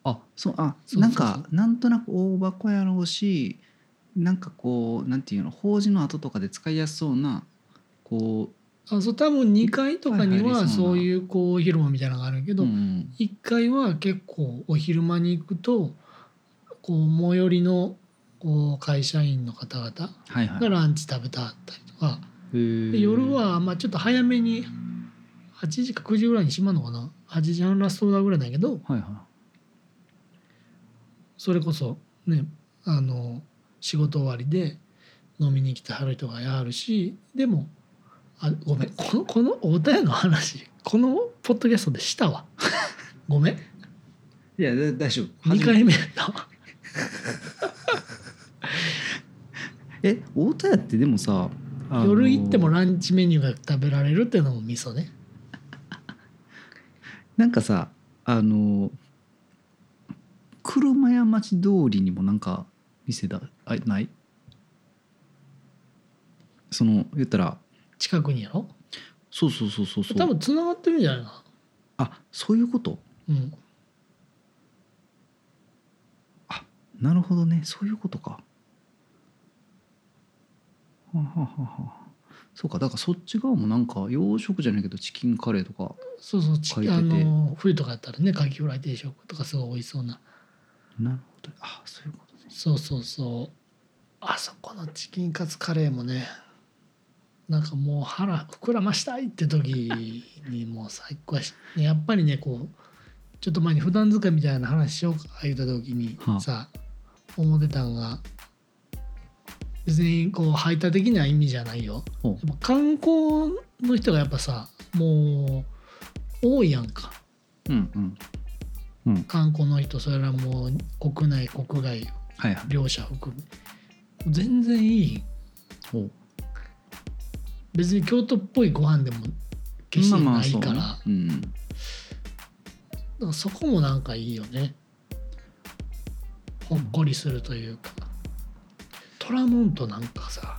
Speaker 1: あそうあ
Speaker 2: そうそうそう
Speaker 1: なんかなんとなく大箱やろうしなんかこうなんていうの法事の後とかで使いやすそうなこ
Speaker 2: あそう多分2階とか
Speaker 1: は
Speaker 2: に
Speaker 1: い入
Speaker 2: は
Speaker 1: りそうな
Speaker 2: そういうこう広間みたいなのがあるけ
Speaker 1: う、
Speaker 2: ど、
Speaker 1: うん
Speaker 2: 1階は結構お昼間に行くとこう最寄りのこう会社員の方々
Speaker 1: はいはい
Speaker 2: がランチ食べたったりとか、
Speaker 1: へー
Speaker 2: で夜はまあちょっと早めに8時か9時ぐらいに閉まるのかな8時半ラストオーダーぐらいだけど
Speaker 1: はいは
Speaker 2: それこそねあの仕事終わりで飲みに来てはる人がやるしでもあごめんこのこのお便りの話このポッドキャストでしたわ ごめん
Speaker 1: いいやだ大丈夫
Speaker 2: 2
Speaker 1: 初め
Speaker 2: 回目やったわ
Speaker 1: え大田屋ってでもさあの
Speaker 2: 夜行ってもランチメニューが食べられるっていうのも味噌ね
Speaker 1: なんかさあの車屋町通りにもなんか店だあないその言ったら
Speaker 2: 近くにやろ
Speaker 1: そうそうそうそうそう
Speaker 2: 多分つながってるんじゃないか
Speaker 1: あそういうこと
Speaker 2: なうん
Speaker 1: なるほどねそういうことか。はあはあはあはあそうかだからそっち側もなんか洋食じゃないけどチキンカレーとか
Speaker 2: そうそうち
Speaker 1: 書いてて
Speaker 2: あの冬とかやったらねカキフライ定食とかすごい美味しそうな
Speaker 1: なるほどあそういうことね
Speaker 2: そうそうそうあそこのチキンカツカレーもねなんかもう腹膨らましたいって時にもう最高やしねやっぱりねこうちょっと前に普段使いみたいな話しようか言った時に
Speaker 1: はあ
Speaker 2: さ思ってたんが別にこう排他的な意味じゃないよ
Speaker 1: ほう
Speaker 2: やっぱ観光の人がやっぱさもう多いやんか
Speaker 1: うんうんうん
Speaker 2: 観光の人それらもう国内国外
Speaker 1: はいはい
Speaker 2: 両者含め全然いい
Speaker 1: おう
Speaker 2: 別に京都っぽいご飯でも決してないから,、
Speaker 1: まあまあそうねうん
Speaker 2: だからそこもなんかいいよねほっこりするというか、トラモントなんかさ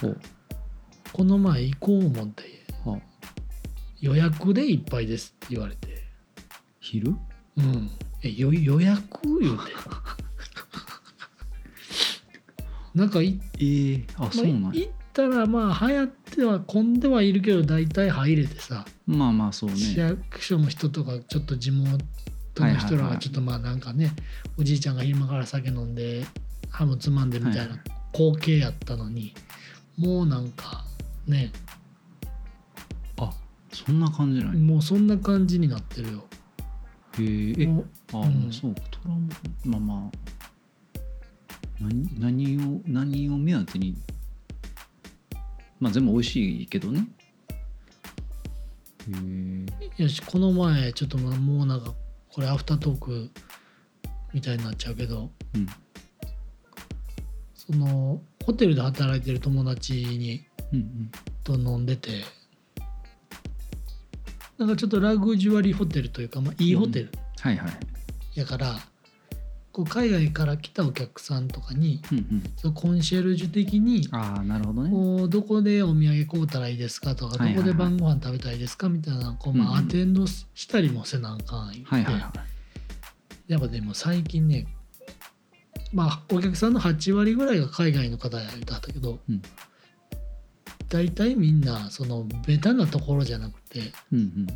Speaker 1: ほう
Speaker 2: この前行こう思って
Speaker 1: はあ
Speaker 2: 予約でいっぱいですって言われて
Speaker 1: 昼
Speaker 2: うんえよ予約言う てなんかい
Speaker 1: ええあそうな
Speaker 2: まあ
Speaker 1: んや
Speaker 2: 行ったらまあ流行っては混んではいるけど大体入れてさ、
Speaker 1: まあまあそう
Speaker 2: 市
Speaker 1: ね
Speaker 2: 役所の人とかちょっと地元の人らがちょっとまあなんかね、おじいちゃんが昼間から酒飲んでハムつまんでみたいな光景やったのに、もうなんかね
Speaker 1: あそんな感じなんや
Speaker 2: もうそんな感じになってるよ。
Speaker 1: へええ
Speaker 2: もう
Speaker 1: あ、
Speaker 2: うん
Speaker 1: もうそうかトランまあまあ何何を何を目当てにまあ全部美味しいけどねへえ
Speaker 2: よしこの前ちょっとまあもうなんかこれアフタートークみたいになっちゃうけど
Speaker 1: うん
Speaker 2: そのホテルで働いてる友達に
Speaker 1: うんうん
Speaker 2: と飲んでてなんかちょっとラグジュアリーホテルというか、まあ、いいホテル
Speaker 1: はいはい
Speaker 2: やから、こう海外から来たお客さんとかに
Speaker 1: うんうん
Speaker 2: そのコンシェルジュ的に
Speaker 1: ああなるほどね
Speaker 2: こうどこでお土産買うたらいいですかとか
Speaker 1: はいはい
Speaker 2: ど
Speaker 1: はい
Speaker 2: こで晩ご飯食べたいですかみたいなこう、ま
Speaker 1: うん
Speaker 2: あ、ア
Speaker 1: うん
Speaker 2: テンドしたりもせなあかん言って
Speaker 1: はいはいはい
Speaker 2: やっぱでも最近ねまあお客さんの8割ぐらいが海外の方やったけど、
Speaker 1: うん
Speaker 2: 大体みんなそのベタなところじゃなくて
Speaker 1: うんうん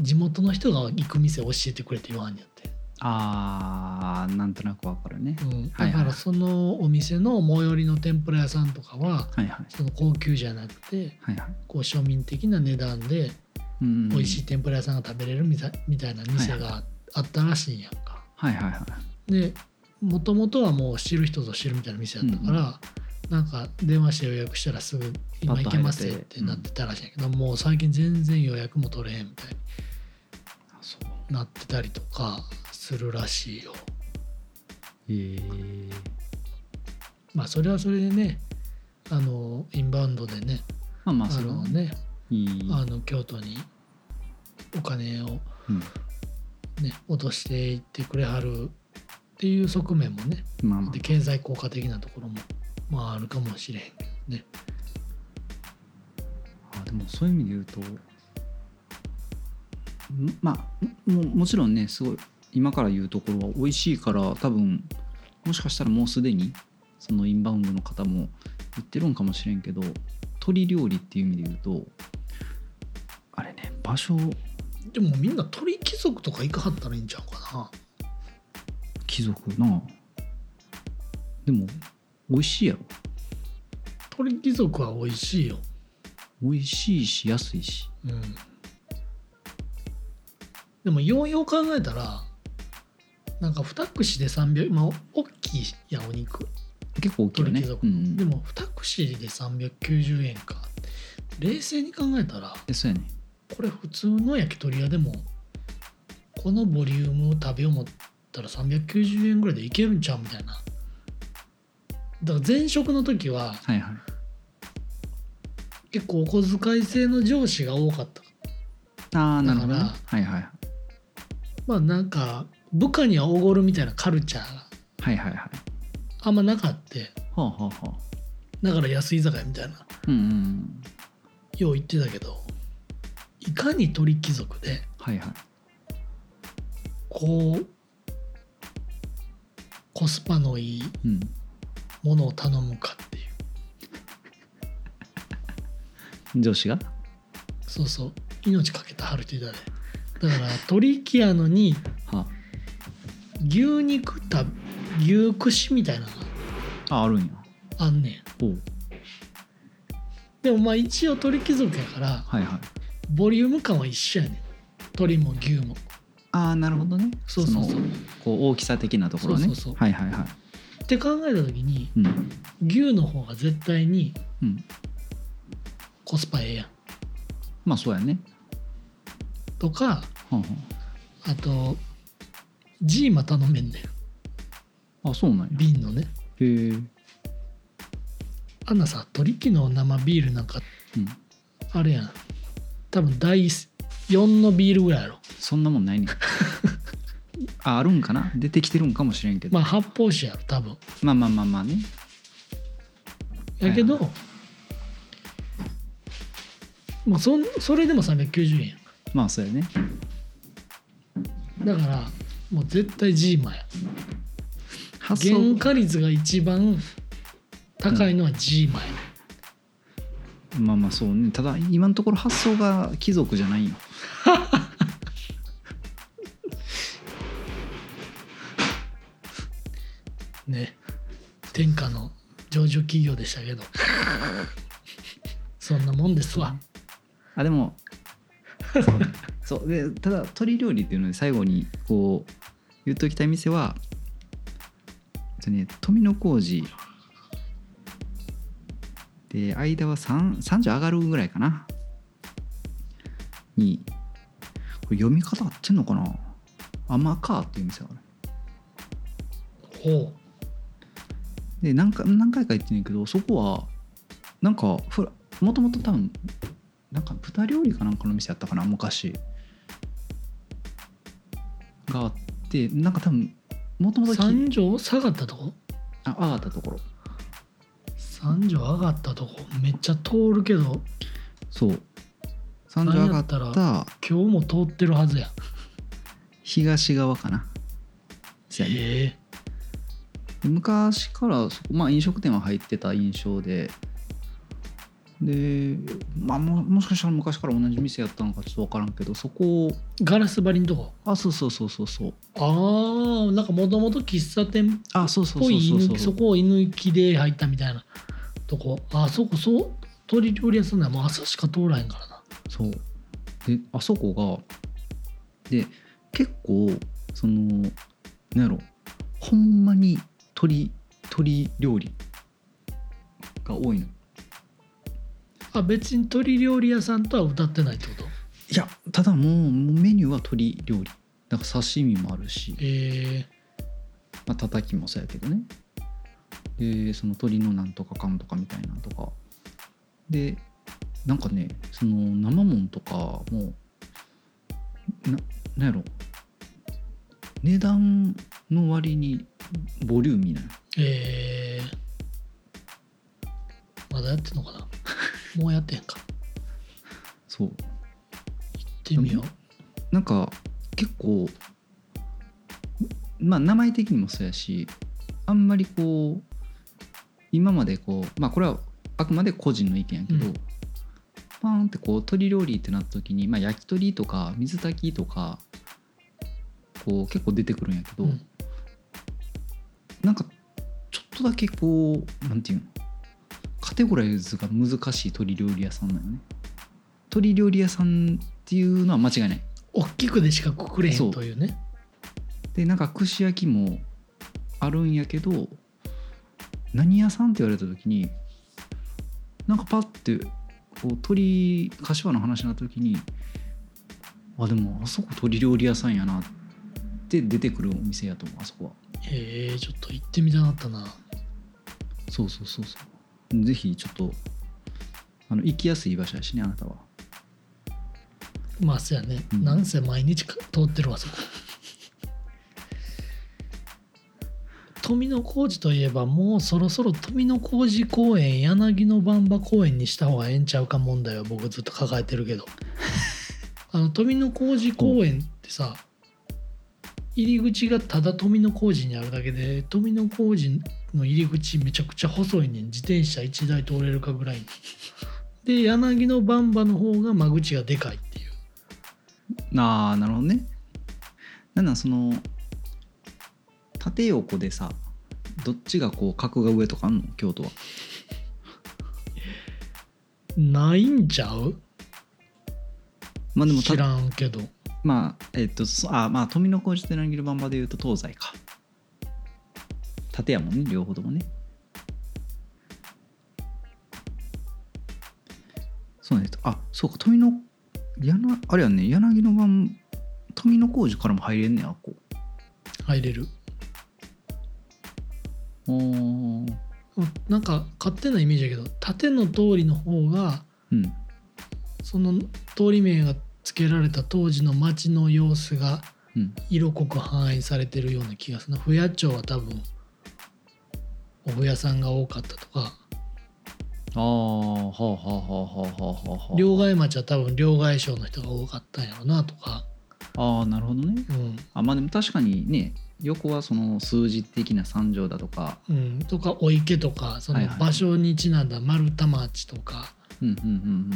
Speaker 2: 地元の人が行く店教えてくれって言わんやって、
Speaker 1: あーなんとなくわかるね
Speaker 2: うん、
Speaker 1: はいは
Speaker 2: だ
Speaker 1: い
Speaker 2: からそのお店の最寄りの天ぷら屋さんとかは
Speaker 1: はいはい
Speaker 2: その高級じゃなくて
Speaker 1: はいはい
Speaker 2: こう庶民的な値段で
Speaker 1: うんうん
Speaker 2: 美味しい天ぷら屋さんが食べれるみたいみたいな店があったらしいんやんか。
Speaker 1: はいはいはい
Speaker 2: でもともとはもう知る人ぞ知るみたいな店だったから、なんか電話して予約したらすぐ「今
Speaker 1: パッと入れ
Speaker 2: 行
Speaker 1: て
Speaker 2: けますよ」ってなってたらしいんやけど、もう最近全然予約も取れへんみたいに
Speaker 1: あそう
Speaker 2: なってたりとかするらしいよ。
Speaker 1: へえ
Speaker 2: まあそれはそれでねあのインバウンドでね
Speaker 1: まあまあ
Speaker 2: あ
Speaker 1: それ
Speaker 2: の
Speaker 1: はね
Speaker 2: ね
Speaker 1: いい
Speaker 2: あの京都にお金を、
Speaker 1: うん
Speaker 2: ね、落としていってくれはるっていう側面もね
Speaker 1: まあまあ
Speaker 2: で経済効果的なところも、まあ、あるかもしれへんけどね。
Speaker 1: あでもそういう意味で言うとんまあももちろんねすごい今から言うところは美味しいから多分もしかしたらもうすでにそのインバウンドの方も言ってるんかもしれんけど鶏料理っていう意味で言うとあれね場所
Speaker 2: でもみんな鳥貴族とか行かはったらいいんちゃうか
Speaker 1: 貴族なでも美味しいやろ
Speaker 2: な鳥貴族は美味しいよ、
Speaker 1: 美味しいし安いし
Speaker 2: うん、でもようよう考えたらなんか二串で300まあ大きいやんお肉
Speaker 1: 結構大きいよね
Speaker 2: 鳥貴族
Speaker 1: うんうん
Speaker 2: でも二串で390円か冷静に考えたら
Speaker 1: でそうやね
Speaker 2: これ普通の焼き鳥屋でもこのボリュームを食べよう思ったら390円ぐらいでいけるんちゃうみたいなだから前職の時は
Speaker 1: はいはい
Speaker 2: 結構お小遣い制の上司が多かった
Speaker 1: ああなるほどね
Speaker 2: だか
Speaker 1: はいはい
Speaker 2: まあなんか部下にはおごるみたいなカルチャーが
Speaker 1: はいはいはいは
Speaker 2: あんまなかって
Speaker 1: あはあはあ
Speaker 2: だから安い居酒屋みたいな
Speaker 1: うんうんうん
Speaker 2: よう言ってたけどいかに鳥貴族で
Speaker 1: はいはい
Speaker 2: こうコスパのいい
Speaker 1: うん
Speaker 2: ものを頼むかっていう
Speaker 1: 上司が
Speaker 2: そうそう命かけたはる人いたでだから鳥貴やのに
Speaker 1: は
Speaker 2: 牛肉た牛串みたいなのが
Speaker 1: あああるんや
Speaker 2: あんねん
Speaker 1: おう
Speaker 2: でもまあ一応鳥貴族やから
Speaker 1: はいはい
Speaker 2: ボリューム感は一緒やねん鳥も牛も
Speaker 1: ああなるほどね
Speaker 2: そうそうそう
Speaker 1: のこう大きさ的なところね
Speaker 2: そうそうそう
Speaker 1: はいはいはい
Speaker 2: って考えた時に
Speaker 1: うん
Speaker 2: 牛の方が絶対に
Speaker 1: うん
Speaker 2: コスパええやん
Speaker 1: まあそうやね
Speaker 2: とか
Speaker 1: はあ、は
Speaker 2: あとジーマ頼めんねん
Speaker 1: あ、あそうなんや
Speaker 2: 瓶のね
Speaker 1: へえうん
Speaker 2: あんなさ鳥貴の生ビールなんかあれやん多分第4のビールぐらいやろ
Speaker 1: そんなもんないね ああるんかな出てきてるんかもしれんけど、
Speaker 2: まあ発泡酒やろ多分
Speaker 1: まあまあまあまあね
Speaker 2: やけど、
Speaker 1: は
Speaker 2: もうそんそれでも390円や
Speaker 1: まあそうやね
Speaker 2: だからもう絶対ジーマや
Speaker 1: 発
Speaker 2: 原
Speaker 1: 想
Speaker 2: 価率が一番高いのはジーマや、
Speaker 1: まあまあそうねただ今のところ発想が貴族じゃないよ
Speaker 2: ね天下の上場企業でした けどそんなもんですわ
Speaker 1: あでもそうでただ鶏料理っていうので最後にこう言っときたい店はえっとね富野小路で間は3 30上がるぐらいかなにこれ読み方合ってんのかな甘かっていう店がある
Speaker 2: ほ
Speaker 1: で何回何回か行ってんねんけどそこはなんかふらもともと多分なんか豚料理かなんかの店やったかな昔があってなんか多分もとも
Speaker 2: う
Speaker 1: と
Speaker 2: 三条下がったとこ
Speaker 1: ああったところ
Speaker 2: 三条上がったとこめっちゃ通るけど
Speaker 1: そう三条上がっ
Speaker 2: なんやった
Speaker 1: た
Speaker 2: 今日も通ってるはずや
Speaker 1: 東側かなそうやね
Speaker 2: え
Speaker 1: 昔からそこ、まあ、飲食店は入ってた印象でで、まあ、ももしかしたら昔から同じ店やったのかちょっと分からんけどそこを
Speaker 2: えガラス張りのとこ
Speaker 1: あそうそうそうそうそう
Speaker 2: ああなんかもともと喫茶店っ
Speaker 1: あそうそう
Speaker 2: ぽ
Speaker 1: そう
Speaker 2: い
Speaker 1: そう
Speaker 2: 犬
Speaker 1: そう
Speaker 2: そこを居抜きで入ったみたいなとこあそこそう鳥料理屋さんだもう朝しか通らへんからな
Speaker 1: そうであそこがで結構そのなんやろほんまに鳥鳥料理が多いの
Speaker 2: あ別に鳥料理屋さんとは歌ってないってこと
Speaker 1: いやただもうもうメニューは鳥料理だから刺身もあるし、
Speaker 2: ええ
Speaker 1: まあ、叩きもそうやけどねでその鳥のなんとかかんとかみたいなのとかでなんかねその生もんとかもななんやろ値段の割にボリューミーなんよ
Speaker 2: ええまだやってんのかな もうやってへんか
Speaker 1: そう
Speaker 2: 行ってみよう
Speaker 1: なんか結構まあ名前的にもそうやしあんまりこう今までこうまあこれはあくまで個人の意見やけど、
Speaker 2: うん
Speaker 1: パーンってこう鶏料理ってなった時に、まあ、焼き鳥とか水炊きとかこう結構出てくるんやけど、
Speaker 2: うん
Speaker 1: なんかちょっとだけこうなんていうのカテゴライズが難しい鶏料理屋さんなのね鶏料理屋さんっていうのは間違いない
Speaker 2: 大きくでしかくくれへ
Speaker 1: そうん
Speaker 2: というね
Speaker 1: でなんか串焼きもあるんやけど何屋さんって言われた時になんかパッてこう鶏柏の話になった時にあでもあそこ鶏料理屋さんやなって出てくるお店やと思うあそこは
Speaker 2: ええちょっと行ってみたなったな
Speaker 1: そうそうそうそうぜひちょっとあの行きやすい場所やしねあなたは
Speaker 2: まあそうやね、
Speaker 1: うん
Speaker 2: なんせ毎日か通ってるわそこ富野小路といえばもうそろそろ富野小路公園柳の番場公園にした方がええんちゃうか問題は僕ずっと抱えて るけどあの富野小路公園ってさ入り口がただ富野小路にあるだけで富野小路の入り口めちゃくちゃ細いねん自転車1台通れるかぐらいにで柳の番場の方が間口がでかいっていう
Speaker 1: ああなるほどねなんなんその縦横でさどっちがこう格が上とかあんの京都は
Speaker 2: ないんちゃう
Speaker 1: まあでも
Speaker 2: 知
Speaker 1: た
Speaker 2: らんけど
Speaker 1: まあえっ、とそあまあ富小路と柳の番場でいうと東西か縦やもんね両方ともねそうなんですあそうか富の柳あれやね柳の番富小路からも入れんねやあっこ
Speaker 2: 入れる
Speaker 1: おー
Speaker 2: うんなんか勝手なイメージだけど縦の通りの方が
Speaker 1: うん
Speaker 2: その通り名が付けられた当時の町の様子が
Speaker 1: うん
Speaker 2: 色濃く反映されてるような気がするな不夜町は多分お風屋さんが多かったとか
Speaker 1: ああはあはあはあはあはあはあ
Speaker 2: 両替町は多分両替商の人が多かったんやろなとか、
Speaker 1: ああなるほどね
Speaker 2: うん
Speaker 1: あまあでも確かにね横はその数字的な三条だとか
Speaker 2: うん、とかお池とかそ
Speaker 1: は
Speaker 2: の
Speaker 1: いはい
Speaker 2: 場所にちなんだ丸太町とか、
Speaker 1: うんうんうんうん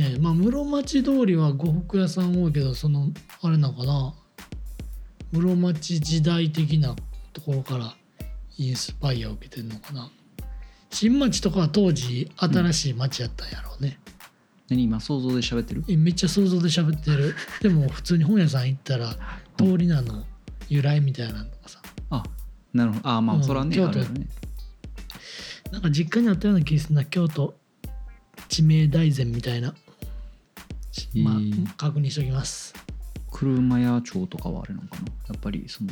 Speaker 2: ねえまあ室町通りは呉服屋さん多いけどそのあれなのかな室町時代的なところからインスパイアを受けてるのかな新町とかは当時新しい町やったんやろうね、
Speaker 1: 何今想像で喋ってる
Speaker 2: えめっちゃ想像で喋ってるでも普通に本屋さん行ったら通り名の由来みたいなのがさ
Speaker 1: あなるほどあーま
Speaker 2: う
Speaker 1: あ
Speaker 2: ん
Speaker 1: それはね、
Speaker 2: 京都
Speaker 1: あるよね
Speaker 2: なんか実家にあったような気がするな京都地名大膳みたいな、まあ
Speaker 1: えー
Speaker 2: 確認しておきます
Speaker 1: 車屋町とかはあれなのかなやっぱりその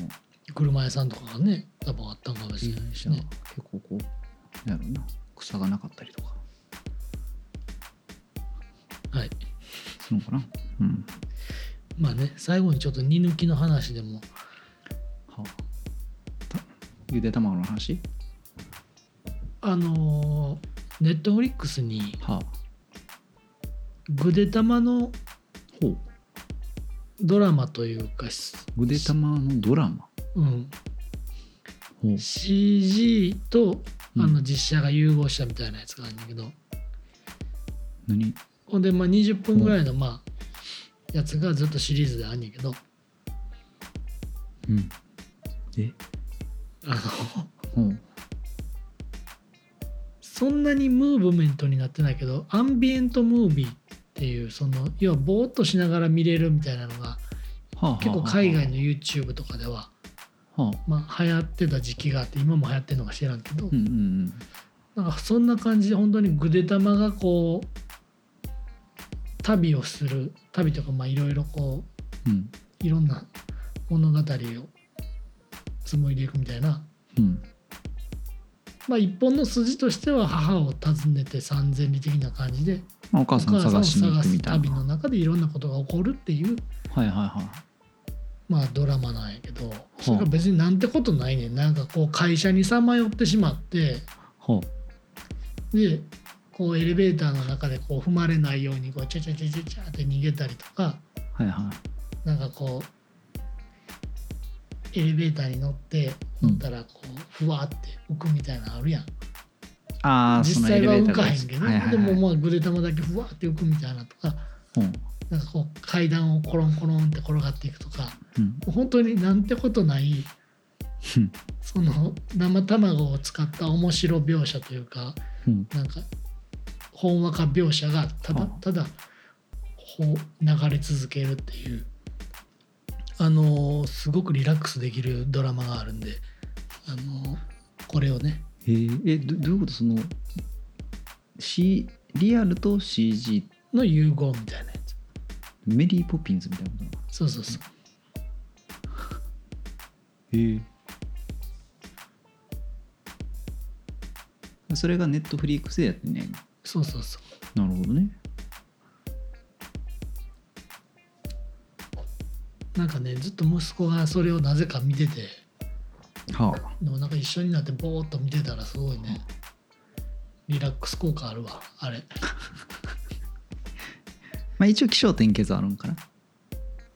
Speaker 2: 車屋さんとかがね多分あったんかもしれないし
Speaker 1: じゃあ
Speaker 2: ね
Speaker 1: 結構こうなんやろうな草がなかったりとか
Speaker 2: はい、
Speaker 1: するのかなうん
Speaker 2: まあね最後にちょっと荷抜きの話でも
Speaker 1: はあたゆで卵の話
Speaker 2: あのネットフリックスに
Speaker 1: はあ
Speaker 2: ぐでたまの
Speaker 1: ほう
Speaker 2: ドラマというか、し
Speaker 1: ゆで卵のドラマ
Speaker 2: うん、
Speaker 1: ほう
Speaker 2: CG とあ
Speaker 1: う
Speaker 2: の
Speaker 1: ん
Speaker 2: 実写が融合したみたいなやつがあるんだけど、
Speaker 1: 何
Speaker 2: ほんでまあ20分ぐらいのまあやつがずっとシリーズであるんやけど
Speaker 1: うんえ
Speaker 2: あの
Speaker 1: ほう
Speaker 2: そんなにムーブメントになってないけどアンビエントムービーっていうその要はぼーっとしながら見れるみたいなの
Speaker 1: はあ
Speaker 2: が
Speaker 1: はあはあ
Speaker 2: 結構海外の YouTube とかでは
Speaker 1: はあ
Speaker 2: まあ、流行ってた時期があって今も流行ってるのか知らんけ
Speaker 1: う
Speaker 2: ど、
Speaker 1: んうん
Speaker 2: なんかそんな感じで本当にぐでたまがこう旅をする旅とかまあいろいろこ
Speaker 1: うんうん
Speaker 2: ういろんな物語を紡いでいくみたいな、
Speaker 1: うん
Speaker 2: まあ、一本の筋としては母を訪ねて三千里的な感じで
Speaker 1: まあお母さんを探しに行くみたい
Speaker 2: 旅
Speaker 1: な
Speaker 2: の中でいろんなことが起こるっていう、
Speaker 1: はいはいはい
Speaker 2: まあ、ドラマなんやけどそれが別になんてことないねんなんかこう会社にさまよってしまって。
Speaker 1: ほう
Speaker 2: でこうエレベーターの中でこう踏まれないようにこうチャチャチャチャチャって逃げたりとか
Speaker 1: はいはい
Speaker 2: なんかこうエレベーターに乗って
Speaker 1: うん
Speaker 2: 乗ったらこうふわって浮くみたいなのあるやん、
Speaker 1: ああそ
Speaker 2: 実
Speaker 1: のエ
Speaker 2: 際
Speaker 1: レ
Speaker 2: は
Speaker 1: ベー
Speaker 2: 浮
Speaker 1: ター
Speaker 2: か
Speaker 1: が
Speaker 2: へんけど、
Speaker 1: はいはいはい
Speaker 2: でもまあぐでたまだけふわって浮くみたいなとか
Speaker 1: ほう
Speaker 2: なんかこう階段をコロンコロンって転がっていくとか
Speaker 1: うん
Speaker 2: もう本当になんてことない
Speaker 1: うん
Speaker 2: その生卵を使った面白描写というか
Speaker 1: うん
Speaker 2: なんかほんわか描写がただ
Speaker 1: はあ
Speaker 2: ただほう流れ続けるっていうあのーすごくリラックスできるドラマがあるんであのーこれをね
Speaker 1: へーえどどういうことその、C、リアルと CG
Speaker 2: の融合みたいなやつ
Speaker 1: メリーポピンズみたいなことなの
Speaker 2: そうそうそう
Speaker 1: へえそれがネットフリークスでやってんね
Speaker 2: そうそうそう
Speaker 1: なるほどね
Speaker 2: なんかねずっと息子がそれをなぜか見てて
Speaker 1: はあ
Speaker 2: でもなんか一緒になってぼーっと見てたらすごいねリラックス効果あるわあれ
Speaker 1: まあ一応気象点結あるんかな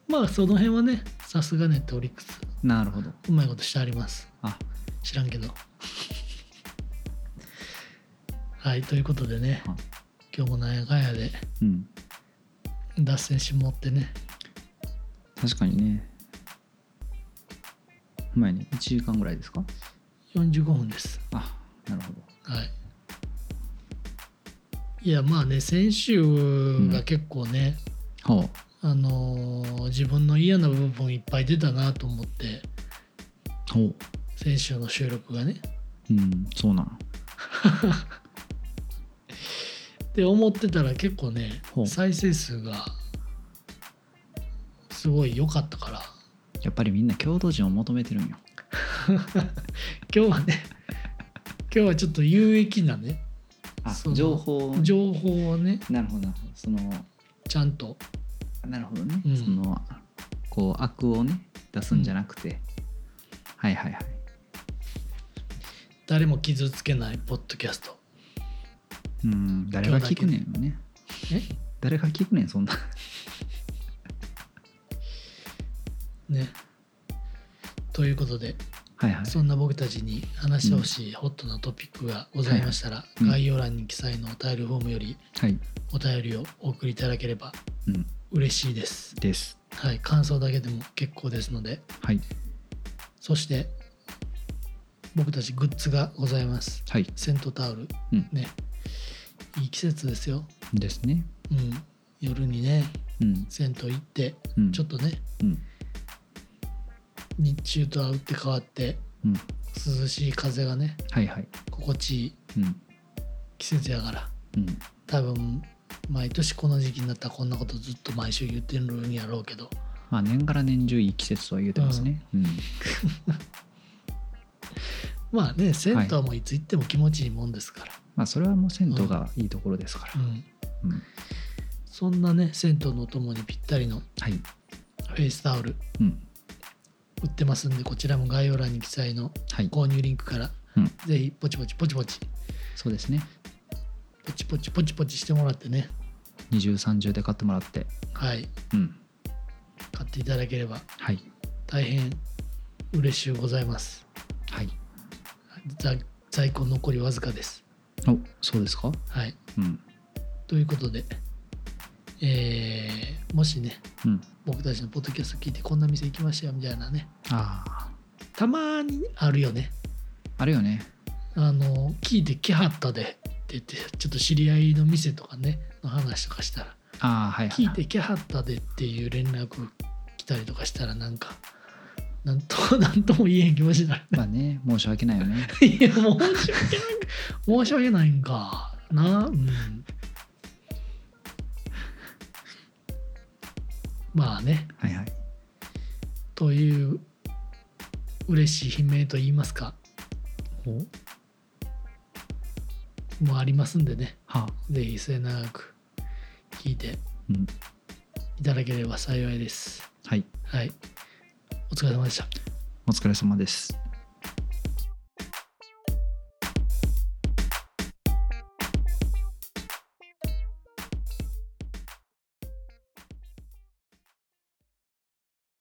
Speaker 2: まあその辺はねさすがネットフリックス
Speaker 1: なるほど
Speaker 2: うまいことしてあります
Speaker 1: あ
Speaker 2: 知らんけど はいということでね
Speaker 1: はい
Speaker 2: 今日もなんやかんやで
Speaker 1: うん
Speaker 2: 脱線しもってね
Speaker 1: 確かにね前ね1時間ぐらいですか
Speaker 2: 45分です
Speaker 1: あなるほど
Speaker 2: はいいやまあね先週が結構ね、
Speaker 1: は
Speaker 2: あのー自分の嫌な部分いっぱい出たなと思って
Speaker 1: あほう
Speaker 2: 先週の収録がね
Speaker 1: うんそうなの
Speaker 2: で思ってたら結構ね
Speaker 1: ほう
Speaker 2: 再生数がすごい良かったから
Speaker 1: やっぱりみんな共同人を求めてるんよ
Speaker 2: 今日はね 今日はちょっと有益なね
Speaker 1: あ
Speaker 2: そう
Speaker 1: 情報
Speaker 2: 情報をね
Speaker 1: なるほどなるほどその
Speaker 2: ちゃんと
Speaker 1: なるほどね、
Speaker 2: うん
Speaker 1: そのこう悪をね出すんじゃなくて、はいはいはい
Speaker 2: 誰も傷つけないポッドキャスト
Speaker 1: うん誰が聞くねんよね
Speaker 2: え
Speaker 1: 誰が聞くね んそんな
Speaker 2: ねということで、
Speaker 1: はいはい
Speaker 2: そんな僕たちに話してほしいホットなトピックがございましたら、
Speaker 1: いうん
Speaker 2: 概要欄に記載のお便りフォームより
Speaker 1: はい、
Speaker 2: お便りをお送りいただければ
Speaker 1: うん、
Speaker 2: 嬉しいです
Speaker 1: です
Speaker 2: はい感想だけでも結構ですので
Speaker 1: はい
Speaker 2: そして僕たちグッズがございます
Speaker 1: はい
Speaker 2: セントタオル、
Speaker 1: うん
Speaker 2: ねいい季節ですよ、
Speaker 1: ですね
Speaker 2: うん、夜にね
Speaker 1: うん、
Speaker 2: 銭湯行って
Speaker 1: うん、
Speaker 2: ちょっとね
Speaker 1: うん
Speaker 2: 日中とは打って変わって
Speaker 1: うん
Speaker 2: 涼しい風がね
Speaker 1: はいはい
Speaker 2: 心地いい
Speaker 1: うん
Speaker 2: 季節やから
Speaker 1: うん
Speaker 2: 多分毎年この時期になったらこんなことずっと毎週言ってるんやろうけど
Speaker 1: まあ年がら年中いい季節とは言うてますね、うん
Speaker 2: まあね銭湯もいつ行っても気持ちいいもんですから、
Speaker 1: まあそれはもう銭湯がいいところですから、
Speaker 2: うん
Speaker 1: うん
Speaker 2: そんなね銭湯のお供にぴったりの
Speaker 1: はい、
Speaker 2: フェイスタオル
Speaker 1: うん、
Speaker 2: 売ってますんでこちらも概要欄に記載の
Speaker 1: はい
Speaker 2: 購入リンクから、
Speaker 1: うん
Speaker 2: ぜひポチポチポチポチ
Speaker 1: そうですね
Speaker 2: ポチポチポチポチしてもらってね
Speaker 1: 二重三重で買ってもらって
Speaker 2: はい
Speaker 1: うん
Speaker 2: 買っていただければ
Speaker 1: はい
Speaker 2: 大変嬉しゅうございます
Speaker 1: はい
Speaker 2: 在在庫残りわずかです
Speaker 1: おそうですか
Speaker 2: はい
Speaker 1: うん
Speaker 2: ということでえーもしね
Speaker 1: うん
Speaker 2: 僕たちのポッドキャスト聞いてこんな店行きましたよみたいなね
Speaker 1: ああ
Speaker 2: たまにあるよね
Speaker 1: あるよね
Speaker 2: あの聞いて来はったでって言ってちょっと知り合いの店とかねの話とかしたら
Speaker 1: ああはいはい
Speaker 2: 聞いてきはったでっていう連絡来たりとかしたらなんかなんとなんとも 言えへん気持ちになる
Speaker 1: まあね申し訳ないよ ね
Speaker 2: いや申し訳ない申し訳ないんかなうんまあね
Speaker 1: はいはい
Speaker 2: という嬉しい悲鳴と言いますかもありますんでね
Speaker 1: はあ
Speaker 2: ぜひ末永く聞いて
Speaker 1: うん
Speaker 2: いただければ幸いです
Speaker 1: はい
Speaker 2: はいお疲れ様でした
Speaker 1: お疲れ様です